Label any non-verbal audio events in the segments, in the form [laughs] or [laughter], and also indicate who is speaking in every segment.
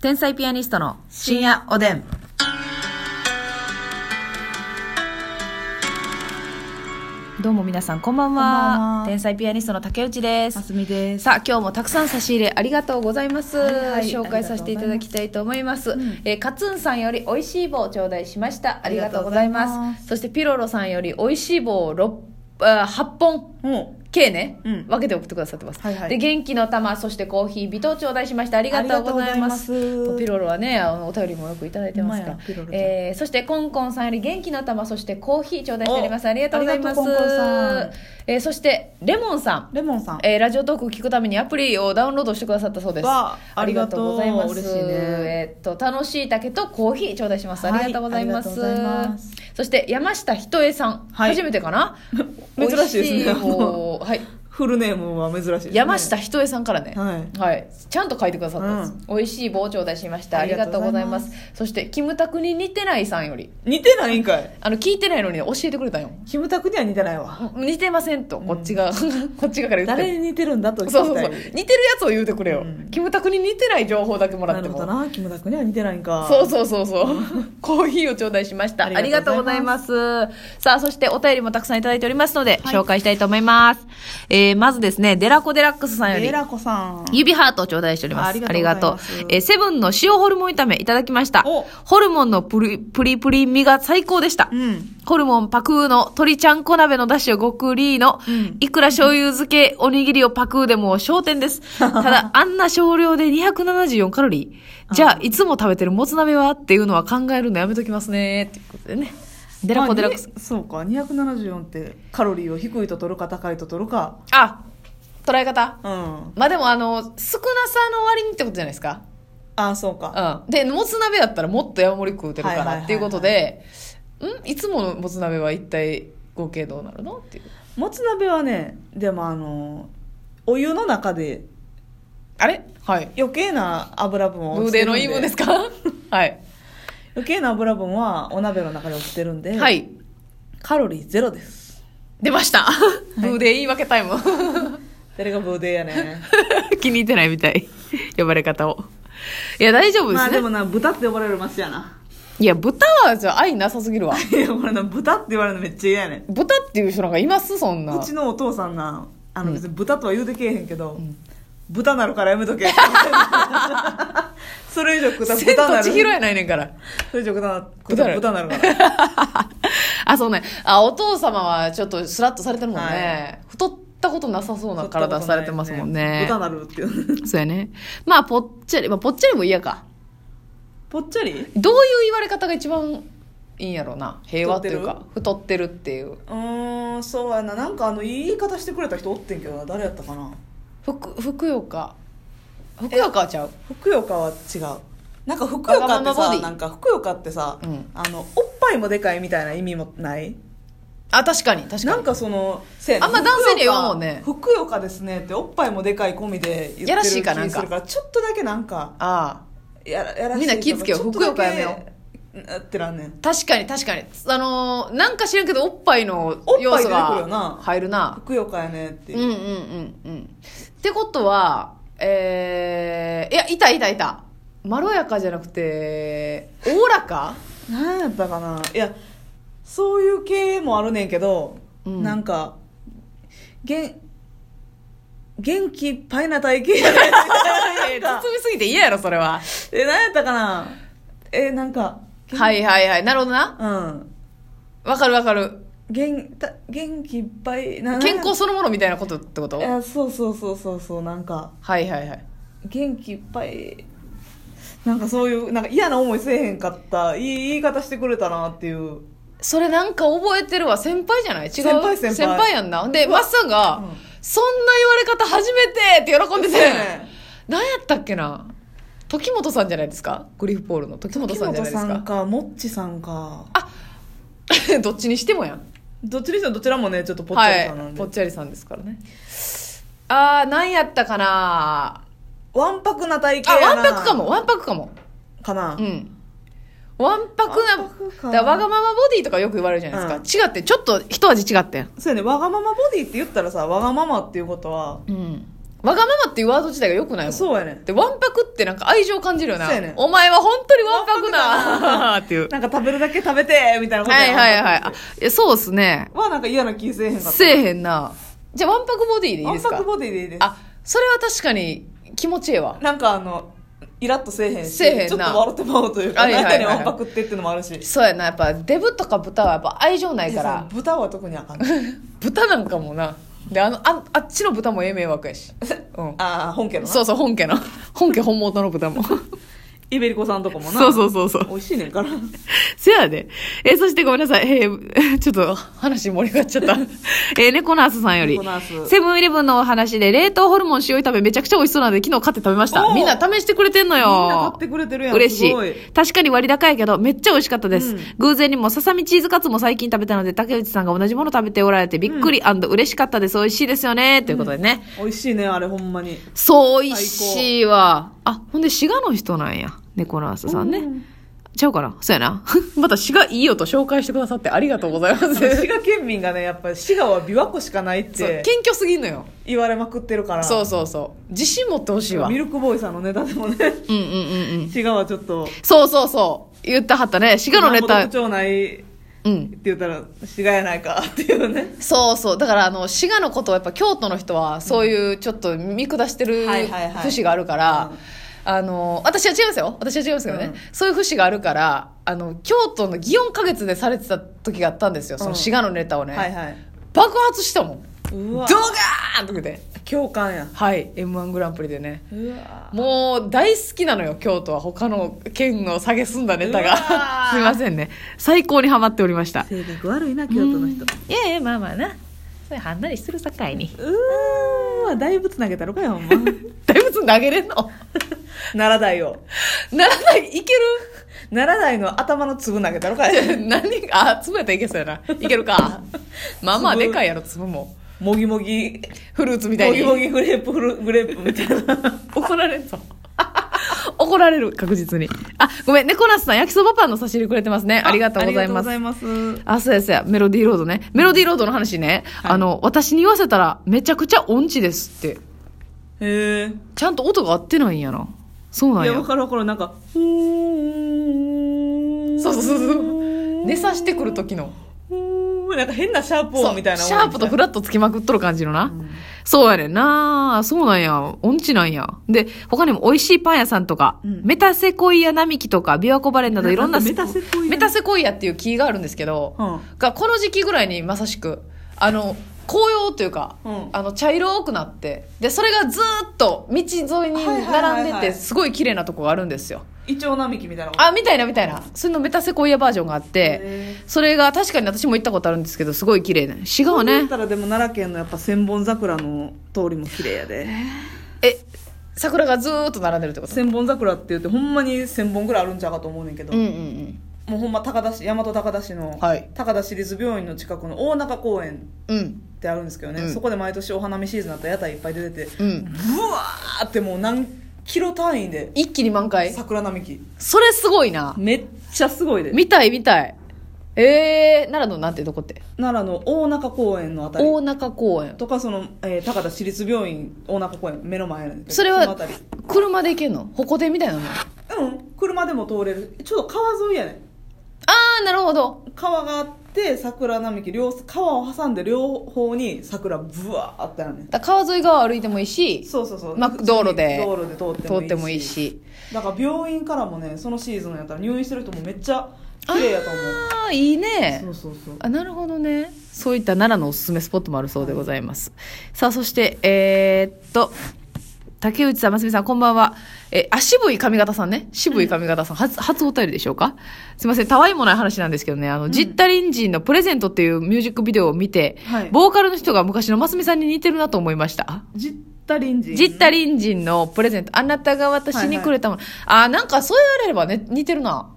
Speaker 1: 天才ピアニストの深夜おでん。どうも皆さんこんばんは
Speaker 2: こんばんは
Speaker 1: 天才ピアニストの竹内で
Speaker 2: ますすみです。
Speaker 1: さあ今日もたくさん差し入れありがとうございます、
Speaker 2: はいはい
Speaker 1: 紹介させていただきたいと思います
Speaker 2: りがとうございます
Speaker 1: えーカツンさんより美味しい棒を頂戴しましたありがとうござい
Speaker 2: ありがとうござ
Speaker 1: ま
Speaker 2: いますす
Speaker 1: そしてピロロさんより美味しい棒を六あ8本
Speaker 2: もう、
Speaker 1: 計ね、
Speaker 2: うん
Speaker 1: 分けて送ってくださってます、
Speaker 2: はいはい
Speaker 1: で元気の玉そしてコーヒー微糖頂戴しましたありがとうございます
Speaker 2: ありがとうございます
Speaker 1: ピロロはねあのお便りもよくいただいてますか
Speaker 2: ほん
Speaker 1: ら
Speaker 2: まやピロロちゃん
Speaker 1: えーそしてコンコンさんより元気の玉そしてコーヒー頂戴しております
Speaker 2: お
Speaker 1: ありがとうございます
Speaker 2: ありがとうコンコンさん
Speaker 1: えーそしてレモンさん
Speaker 2: レモンさん。
Speaker 1: えーラジオトークを聞くためにアプリをダウンロードしてくださったそうです
Speaker 2: わあありがとう嬉しいね
Speaker 1: えーっと楽しい竹とコーヒー頂戴します、
Speaker 2: はい
Speaker 1: ありがとうございます
Speaker 2: ありがとうございます
Speaker 1: そして山下ひとえさん、
Speaker 2: はい
Speaker 1: 初めてかな
Speaker 2: [laughs] 珍しいですね
Speaker 1: 美味しい棒はい
Speaker 2: フルネームは珍しいですね
Speaker 1: 山下ひとえさんからね、
Speaker 2: はい
Speaker 1: ちゃんと書いてくださったんです、美味しい棒を頂戴しましたあ
Speaker 2: あ
Speaker 1: り
Speaker 2: り
Speaker 1: が
Speaker 2: が
Speaker 1: と
Speaker 2: と
Speaker 1: うご
Speaker 2: うご
Speaker 1: ざ
Speaker 2: ざ
Speaker 1: い
Speaker 2: い
Speaker 1: ま
Speaker 2: ます
Speaker 1: すそしてキムタクに似てないさんより
Speaker 2: 似てないんかい。
Speaker 1: あの聞いてないのにね教えてくれたんよ
Speaker 2: キムタクには似てないわ。
Speaker 1: うん似てませんとこっちが、 [laughs] こっちがから言って
Speaker 2: 誰に似てるんだと聞きた
Speaker 1: そうそ
Speaker 2: い。
Speaker 1: うそう似てるやつを言うてくれよ、
Speaker 2: うん
Speaker 1: キムタクに似てない情報だけもら
Speaker 2: な
Speaker 1: って
Speaker 2: るほど
Speaker 1: も
Speaker 2: な。キムタクには似てないんか。
Speaker 1: そうそうそうそうコーヒーを頂戴しましたあ
Speaker 2: あ
Speaker 1: り
Speaker 2: り
Speaker 1: が
Speaker 2: が
Speaker 1: と
Speaker 2: と
Speaker 1: う
Speaker 2: う
Speaker 1: ご
Speaker 2: ご
Speaker 1: ざ
Speaker 2: ざ
Speaker 1: い
Speaker 2: い
Speaker 1: ま
Speaker 2: ます
Speaker 1: さあそしてお便りもたくさんいただいておりますので、紹介したいと思います、えー、まずですねデラコデラックスさんより
Speaker 2: エラコさん。
Speaker 1: 指ハートを頂戴しております。あ
Speaker 2: ありがとう
Speaker 1: り
Speaker 2: ござい
Speaker 1: がとう
Speaker 2: ます。
Speaker 1: えーセブンの塩ホルモン炒めいただきました
Speaker 2: お。
Speaker 1: ホルモンのプリプリプリ身が最高でした。
Speaker 2: うん。
Speaker 1: ホルモンパクーの鶏ちゃんこ鍋のだしをごくりーの、
Speaker 2: うん
Speaker 1: いくら醤油漬けおにぎりをパクーでもう焦点
Speaker 2: [laughs]
Speaker 1: です。ただ、あんな少量で274カロリー。じゃあ、いつも食べてるもつ鍋はっていうのは考えるのやめときますね。っていうことでね。デラコデラックス
Speaker 2: ま。あにそうか、274ってカロリーを低いと取るか高いと取るか。
Speaker 1: あ、捉え方。
Speaker 2: うん。
Speaker 1: まあでもあの、少なさの割にってことじゃないですか。
Speaker 2: あ、そうか。
Speaker 1: うん、でもつ鍋やったらもっと山盛り食うてるか
Speaker 2: はいはいはい
Speaker 1: ら
Speaker 2: はい
Speaker 1: っていうことで、んいつものもつ鍋は一体合計どうなるのっていう
Speaker 2: もつ鍋はね、でもあの、お湯の中で
Speaker 1: あれはい
Speaker 2: 余計な油分を落
Speaker 1: ブー
Speaker 2: ちて
Speaker 1: デー
Speaker 2: る
Speaker 1: の
Speaker 2: んで。
Speaker 1: 言い分ですか [laughs] はい、
Speaker 2: 余計な油分はお鍋の中で落ちてるんで、
Speaker 1: はい
Speaker 2: カロリーゼロです
Speaker 1: 出ましたブーデー言い訳タイム
Speaker 2: 誰がブーデーやね
Speaker 1: [laughs] 気に入ってないみたい呼ばれ方をいや大丈夫ですね、
Speaker 2: まあでもな豚って呼ばれるマシやない [laughs]
Speaker 1: や豚はじゃあ愛なさすぎるわ
Speaker 2: いや俺な豚って言われるのめっちゃ嫌やねん
Speaker 1: 豚っていう人なんかいますそんな
Speaker 2: うちのお父さんなあ
Speaker 1: う
Speaker 2: の
Speaker 1: ん
Speaker 2: 別に豚とは言うてけえへんけど、
Speaker 1: ん
Speaker 2: 豚なるからやめ
Speaker 1: [laughs]
Speaker 2: とけそれ以上豚
Speaker 1: 千
Speaker 2: 豚な
Speaker 1: と千尋
Speaker 2: る
Speaker 1: やないねんから
Speaker 2: それ以上豚な
Speaker 1: 豚なる
Speaker 2: 豚なるから
Speaker 1: あ、そうね。あ、お父様はちょっとスラッとされてるもんね。太ったことなさそうな体されてますもん [laughs] ね
Speaker 2: 豚。なるっていう [laughs]
Speaker 1: そうやね。まあ、ぽっちゃり、まあ、ぽっちゃりも嫌か。
Speaker 2: ぽっちゃり
Speaker 1: どういう言われ方が一番いいんやろうな。平和っていうか、太ってるっていう。
Speaker 2: うーんそうやななんかあの言い方してくれた人おってんけどな誰やったかな
Speaker 1: ふく、ふくよか。ふくよかはちゃう。
Speaker 2: ふくよかは違うなんかふくよか
Speaker 1: わが
Speaker 2: っ
Speaker 1: ま
Speaker 2: て
Speaker 1: まボ
Speaker 2: さ
Speaker 1: ディ
Speaker 2: なんかふくよかってさ、
Speaker 1: うん
Speaker 2: あのおっぱいもでかいみたいな意味もない
Speaker 1: あ、確かに、確か
Speaker 2: な
Speaker 1: に
Speaker 2: ん。かそのせやね
Speaker 1: あんま男性には言わんもんね
Speaker 2: ふくよかふくよかですねっておっぱいもでかい込みで言って
Speaker 1: やら
Speaker 2: る
Speaker 1: しい
Speaker 2: 気
Speaker 1: かなん
Speaker 2: が
Speaker 1: か
Speaker 2: するからちょっとだけなんか
Speaker 1: ああ。
Speaker 2: やらやらしい
Speaker 1: みんな気ぃつけよ
Speaker 2: ちょっと
Speaker 1: ふくよかやめよう
Speaker 2: だけなってらんねん
Speaker 1: 確かに、確かに。あのーなんか知らんけど、おっぱいの要素
Speaker 2: おっぱい出てくるよな
Speaker 1: が入るな
Speaker 2: ふ。くよかやねって
Speaker 1: うんうんうんうんってことはえー、いやいたいたいたまろやかじゃなくて [laughs] おおらか
Speaker 2: 何やったかないやそういう系もあるねんけど、
Speaker 1: うん
Speaker 2: なんかげん元気いっぱいな体型やね
Speaker 1: [laughs] えー包みすぎて嫌やろそれは
Speaker 2: え何やったかなえなんか
Speaker 1: はいはいはいなるほどな
Speaker 2: うん
Speaker 1: わかるわかる
Speaker 2: 元た元気いっぱいな
Speaker 1: 健康そのものみたいなことってこと
Speaker 2: い
Speaker 1: はい
Speaker 2: やそうそうそうそうそうなんか
Speaker 1: はいはい
Speaker 2: 元気いっぱいなんかそういうなんか嫌な思いせえへんかったいい言い方してくれたなっていう
Speaker 1: それなんか覚えてるわ先輩じゃない違う
Speaker 2: 先輩先輩
Speaker 1: やんなでマッサンが、
Speaker 2: うん
Speaker 1: そんな言われ方初めて」って喜んで
Speaker 2: そ
Speaker 1: て
Speaker 2: うやね
Speaker 1: 何やったっけな時本さんじゃないですかグリフポールの時本
Speaker 2: 木
Speaker 1: さんじゃない
Speaker 2: 本
Speaker 1: です
Speaker 2: さ
Speaker 1: か
Speaker 2: んかもっちさんか
Speaker 1: [laughs] どっちにしてもやん
Speaker 2: どっちにしてもどちらもねちょっとぽっちゃりさんなん
Speaker 1: はい、
Speaker 2: で、
Speaker 1: ぽっちゃりさんですからねあー何やったかな
Speaker 2: わんぱくな体
Speaker 1: あ
Speaker 2: 型や
Speaker 1: わ
Speaker 2: なん
Speaker 1: ぱくかもわんぱくかも
Speaker 2: かな、
Speaker 1: うんわんぱくな
Speaker 2: わんぱくか
Speaker 1: だからわがままボディとかよく言われるじゃないですか、違ってちょっと一味違ってん
Speaker 2: そうやねわがままボディって言ったらさわがままっていうことは
Speaker 1: うんわがままっていうワード自体が良くないもん。
Speaker 2: そうやね
Speaker 1: で、わんぱくってなんか愛情感じるよな。
Speaker 2: そうやね
Speaker 1: お前は本当にわんぱくなっていう。
Speaker 2: なんか食べるだけ食べてみたいなことや
Speaker 1: はい
Speaker 2: な
Speaker 1: はいはい。あいやそうっすね。
Speaker 2: はなんか嫌な気せえへんかった
Speaker 1: せえへんな。じゃあ、わんぱくボディでいい
Speaker 2: わ
Speaker 1: で
Speaker 2: ん
Speaker 1: す
Speaker 2: ぱ
Speaker 1: か
Speaker 2: くボディでいいです
Speaker 1: あ、それは確かに気持ちええわ。
Speaker 2: なんかあのイラッとせえへんし
Speaker 1: せえへんな
Speaker 2: ちょっと笑ってまうというか
Speaker 1: はいはいはい
Speaker 2: 何やねんわんぱくってってのもあるし
Speaker 1: そうやな。やっぱ、デブとか豚はやっぱ愛情ないから
Speaker 2: そう。豚は特にあ
Speaker 1: [laughs]
Speaker 2: かん
Speaker 1: 豚なんかもな。で、あの、ああっちの豚もええ迷惑や
Speaker 2: [laughs]
Speaker 1: し。うん。
Speaker 2: ああ本家のな
Speaker 1: そうそう、本
Speaker 2: [laughs]
Speaker 1: 家の。本家本元の豚も。
Speaker 2: イベリコさんとかもな
Speaker 1: そうそうそうそう。
Speaker 2: 美味しいねんから
Speaker 1: せやで。えーそしてごめんなさい。えー [laughs] ちょっと話盛り上がっ
Speaker 2: [laughs]
Speaker 1: ちゃった。えー、猫ナースさんより
Speaker 2: 猫ナー。ス
Speaker 1: セブンイレブンのお話で冷凍ホルモン塩炒めめちゃくちゃ美味しそうなんで昨日買って食べまし
Speaker 2: お
Speaker 1: た。
Speaker 2: ー
Speaker 1: みんな試してくれてんの
Speaker 2: みんな買
Speaker 1: よ
Speaker 2: って。くれてるやん
Speaker 1: 嬉し
Speaker 2: す
Speaker 1: い
Speaker 2: ごい
Speaker 1: 確かに割高やけどめっちゃ美味しかったです、
Speaker 2: うん
Speaker 1: 偶然にもささみチーズカツも最近食べたので竹内さんが同じもの食べておられてびっくり嬉しかったです美味しいですよねということでね、
Speaker 2: 美味しいねあれほんまに
Speaker 1: そう美味しいわあほんで滋賀の人なんや猫ナースさんね、
Speaker 2: うん
Speaker 1: ちゃうかなそうやな。 [laughs] また滋賀いいよと紹介してくださってありがとうござい [laughs] ます。
Speaker 2: 滋賀県民がねやっぱり滋賀は琵琶湖しかないっ
Speaker 1: そう謙
Speaker 2: て
Speaker 1: 虚すぎんのよ。
Speaker 2: 言われまくってるから
Speaker 1: そうそうそう。自信持ってほしいわ。う
Speaker 2: ミ
Speaker 1: ん
Speaker 2: ルクボーイさんのネタでもね [laughs]
Speaker 1: うんうんうん。
Speaker 2: 滋賀はちょっと
Speaker 1: そうそうそう。言ってはったね。滋賀のネ
Speaker 2: 熊
Speaker 1: タ
Speaker 2: 本特。徴ないって
Speaker 1: うん。
Speaker 2: 言ったら滋賀やないかっていうね
Speaker 1: そうそう。だから、あの、滋賀のことをやっぱ京都の人は、そういうちょっと見下してる
Speaker 2: はいはいはい
Speaker 1: 節があるから
Speaker 2: うん、
Speaker 1: あの、私は違いますよ。私は違いますけどね。
Speaker 2: うん
Speaker 1: そういう節があるから、あの、京都の祇園花月でされてた時があったんですよ。その滋賀のネタをね。
Speaker 2: はいはい
Speaker 1: 爆発したもん。
Speaker 2: う
Speaker 1: ド
Speaker 2: わ
Speaker 1: ガーンとかで。
Speaker 2: 共感や
Speaker 1: はい、M1 グランプリでね。
Speaker 2: うわ
Speaker 1: もう大好きなのよ、京都は。他の県を下げすんだネタが
Speaker 2: うわ。ー
Speaker 1: [laughs] すみませんね。最高にハマっておりました。
Speaker 2: 性格悪いな京都の人
Speaker 1: いやいや、まあまあな。それはんなりする境に。
Speaker 2: うーわだいぶつなげたろかよほ
Speaker 1: [laughs]
Speaker 2: んま
Speaker 1: 大仏投げれんの
Speaker 2: 奈良大を
Speaker 1: ならない、いけ
Speaker 2: 奈良大の頭の粒投げたろかよ
Speaker 1: る何が、あ、粒やったらいけそうやな。いけるか。まあまあ、
Speaker 2: 粒
Speaker 1: でかいやろ、粒も。
Speaker 2: もぎもぎ
Speaker 1: フルーツみたい
Speaker 2: もぎ
Speaker 1: に。
Speaker 2: もぎグレープフルグレープみたいな
Speaker 1: 怒られんぞ。怒られる、確実に。あ、ごめん、猫ナスさん、焼きそばパンの差し入れくれてます [laughs] ね。ありがとうございます
Speaker 2: あ。りがとうございます
Speaker 1: あ、そうやそうや。メロディーロードね。メロディーロードの話ね。
Speaker 2: はい
Speaker 1: あの、私に言わせたら、めちゃくちゃ音痴ですって。
Speaker 2: へえ
Speaker 1: ちゃんと音が合ってないんやな。そうなん
Speaker 2: い
Speaker 1: や。
Speaker 2: や、わかるわかる。なんか、ふーん
Speaker 1: そうそうそうそう。寝さしてくる時の。
Speaker 2: ふーんなんか変なシャープ
Speaker 1: そ
Speaker 2: 音
Speaker 1: う
Speaker 2: みたいな。
Speaker 1: シャープとフラットつきまくっとる感じのな。そうやねんなそうなんや。音痴なんや。で、他にも美味しいパン屋さんとか、
Speaker 2: うん
Speaker 1: メタセコイア並木とか、琵琶湖バレンなどいろんな、
Speaker 2: なんかメタセコイア
Speaker 1: メタセコイアっていう木があるんですけど、
Speaker 2: うん
Speaker 1: がこの時期ぐらいにまさしく、あの、紅葉というか、
Speaker 2: うん
Speaker 1: あの、茶色くなって、で、それがずーっと道沿いに
Speaker 2: はいはいは
Speaker 1: 並ん
Speaker 2: い
Speaker 1: で
Speaker 2: は
Speaker 1: て、
Speaker 2: い
Speaker 1: すごい綺麗なとこがあるんですよ。
Speaker 2: イチョウ並木みたいなこと。
Speaker 1: あ、みたいなみたいな。それのメタセコイアバージョンがあって、
Speaker 2: へ
Speaker 1: それが確かに私も行ったことあるんですけど、すごい綺麗ね。滋賀
Speaker 2: ー
Speaker 1: は
Speaker 2: そう思っ
Speaker 1: ね、
Speaker 2: たらでも奈良県のやっぱ千本桜の通りも綺麗やで。
Speaker 1: え、桜がずーっと並んでるってこと
Speaker 2: 千本桜って言ってほんまに千本ぐらいあるんちゃうかと思うねんけど、
Speaker 1: うんうんうん。
Speaker 2: もうほんま高田市、大和高田市の、
Speaker 1: はい
Speaker 2: 高田市立病院の近くの大中公園
Speaker 1: うん。
Speaker 2: ってあるんですけどね、
Speaker 1: うん
Speaker 2: そこで毎年お花見シーズンだったら屋台いっぱい出てて、
Speaker 1: うん。
Speaker 2: ブワーってもう何キロ単位で
Speaker 1: 一気に満開
Speaker 2: 桜並木。
Speaker 1: それすごいな。
Speaker 2: めっちゃすごいで
Speaker 1: 見たい見たい。えー、奈良のなんてどこって
Speaker 2: 奈良の大中公園のあたり
Speaker 1: 大中公園。
Speaker 2: とかその、えー高田市立病院大中公園目の前やねんけど
Speaker 1: それ
Speaker 2: のあ
Speaker 1: は
Speaker 2: たり、
Speaker 1: 車で行けんの鉾手みたいなの
Speaker 2: うん車でも通れるちょっと川沿いやね
Speaker 1: あー、なるほど。
Speaker 2: ん川があって桜並木両川を挟んで両方に桜ブワーってあるねん
Speaker 1: だ川沿い側歩いてもいいし、
Speaker 2: そうそうそう、
Speaker 1: まあ道路で
Speaker 2: 道路で通っても
Speaker 1: 通
Speaker 2: いいし
Speaker 1: ってもいいし。
Speaker 2: だから病院からもねそのシーズンやったら入院してる人もめっちゃ綺麗やと思う
Speaker 1: あー、いいね。
Speaker 2: そうそうそう
Speaker 1: あなるほどねそういった奈良のおすすめスポットもあるそうでございます、さあそしてえーっと竹内さん、ますみさん、こんばんは。え、あ、渋い髪型さんね。渋い髪型さん。初、初お便りでしょうかすいません。たわいもない話なんですけどね。あの、ジッタリンジンのプレゼントっていうミュージックビデオを見て、
Speaker 2: はい
Speaker 1: ボーカルの人が昔のますみさんに似てるなと思いました。
Speaker 2: ジッタリンジン
Speaker 1: ジッタリンジンのプレゼント。あなたが私にくれたもの。あ、なんかそう言われればね、似てるな。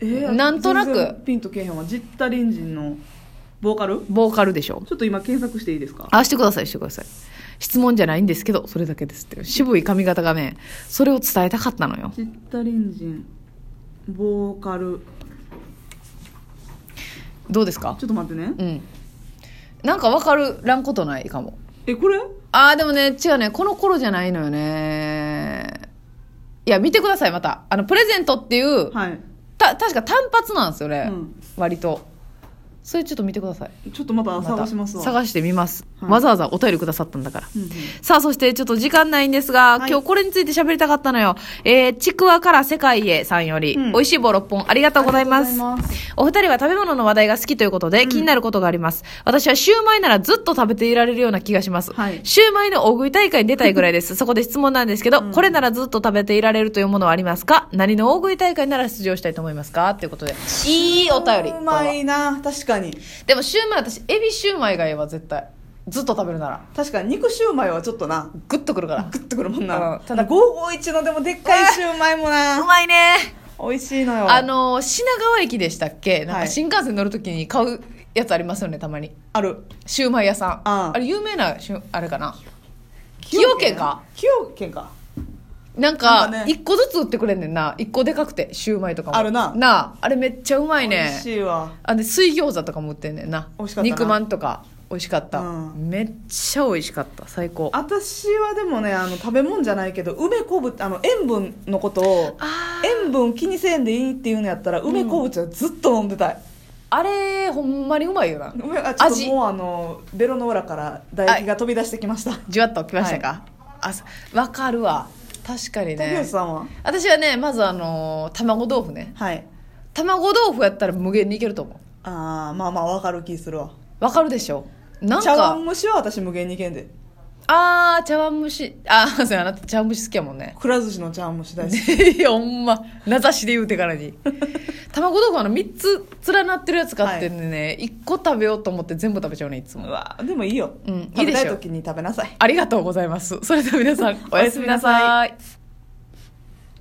Speaker 2: えー
Speaker 1: なんとなく
Speaker 2: 全然ピンとけえへんわジッタリンジンのボーカル
Speaker 1: ボーカルでしょ
Speaker 2: ちょっと今検索していいですか
Speaker 1: あ、してください、してください。質問じゃないんですけど、それだけですって。渋い髪型がね、それを伝えたかったのよ。
Speaker 2: ジッタリンジンボーカル
Speaker 1: どうですか
Speaker 2: ちょっと待ってね
Speaker 1: うん。なんかわかるらんことないかも。
Speaker 2: え、これ
Speaker 1: ああ、でもね、違うね。この頃じゃないのよね。いや、見てください、また。あの、プレゼントっていう、
Speaker 2: はい。
Speaker 1: た、確か単発なんですよね。
Speaker 2: うん
Speaker 1: 割と。それちょっと見てください。
Speaker 2: ちょっとまた
Speaker 1: また
Speaker 2: 探しますわ。
Speaker 1: 探してみます、
Speaker 2: はい
Speaker 1: わざわざお便りくださったんだから。
Speaker 2: うんうん
Speaker 1: さあ、そしてちょっと時間ないんですが、
Speaker 2: はい
Speaker 1: 今日これについて喋りたかったのよ。えー、ちくわから世界へさんより、
Speaker 2: うん
Speaker 1: 美味しい棒6本ありがとうございます。
Speaker 2: ありがとうございます
Speaker 1: お二人は食べ物の話題が好きということで、気になることがあります。私はシューマイならずっと食べていられるような気がします。
Speaker 2: はい
Speaker 1: シューマイの大食い大会に出たいぐらい
Speaker 2: [laughs]
Speaker 1: です。そこで質問なんですけど、これならずっと食べていられるというものはありますか何の大食い大会なら出場したいと思いますかということで。いいお便り。
Speaker 2: うまいな、確かに。
Speaker 1: でもシューマイ私エビシューマイがええわ絶対ずっと食べるなら
Speaker 2: 確かに肉シューマイはちょっとな、
Speaker 1: グッとくるから
Speaker 2: グッとくるもん
Speaker 1: うん
Speaker 2: な。
Speaker 1: た
Speaker 2: た
Speaker 1: だ
Speaker 2: だ551のでもでっかいシューマイも
Speaker 1: う [laughs]
Speaker 2: な、
Speaker 1: まいね
Speaker 2: 美味しいのよ。
Speaker 1: あ、の品川駅でしたっけなん
Speaker 2: は
Speaker 1: か
Speaker 2: い
Speaker 1: 新幹線乗るときに買うやつありますよねたまに
Speaker 2: ある。
Speaker 1: シューマイ屋さん
Speaker 2: あ
Speaker 1: あ
Speaker 2: あ
Speaker 1: れ有名なシュあれかな崎陽軒か
Speaker 2: 崎陽軒か。
Speaker 1: なん
Speaker 2: なん
Speaker 1: か
Speaker 2: かね
Speaker 1: 一個ずつ売ってくれんねんな一個でかくてシューマイとかも
Speaker 2: あるな
Speaker 1: なああれめっちゃうまい
Speaker 2: 美
Speaker 1: ね
Speaker 2: 味しいわ。
Speaker 1: あで水餃子とかも売ってんねんな
Speaker 2: 美味しかったな
Speaker 1: 肉まんとか美味しかった、
Speaker 2: うん
Speaker 1: めっちゃ美味しかった最高
Speaker 2: 私はでもねあの食べ物じゃないけど梅昆布あの塩分のことを
Speaker 1: あ
Speaker 2: 塩分気にせんでいいっていうのやったら梅昆布茶ずっと飲んでたい、
Speaker 1: あれほんまにうまいよな
Speaker 2: 梅あちょっと
Speaker 1: 味
Speaker 2: もうあのベロの裏から唾液が飛び出してきました
Speaker 1: じわっときましたか、あそわかるわ確かに
Speaker 2: 竹
Speaker 1: ね
Speaker 2: 内さんは
Speaker 1: 私はねまずあのー卵豆腐ね
Speaker 2: はい
Speaker 1: 卵豆腐やったら無限にいけると思う
Speaker 2: あーまあまあわかる気するわ
Speaker 1: わかるでしょなん
Speaker 2: 茶碗
Speaker 1: か
Speaker 2: 蒸しは私無限にいけんで
Speaker 1: あー茶碗蒸しあーそうやあなた茶碗蒸し好きやもん [laughs] ね
Speaker 2: くら寿司の茶碗蒸し大好き
Speaker 1: いやほんま名指しで言うてからに卵豆腐あの3つ連なってるやつ買ってんでね、1個食べようと思って全部食べちゃうねいつ
Speaker 2: う
Speaker 1: も
Speaker 2: わでもいいよ、
Speaker 1: うんいい
Speaker 2: 食
Speaker 1: で
Speaker 2: べ
Speaker 1: しょ
Speaker 2: たい時に食べなさい
Speaker 1: ありがとうございますそれでは皆さんおやすみなさい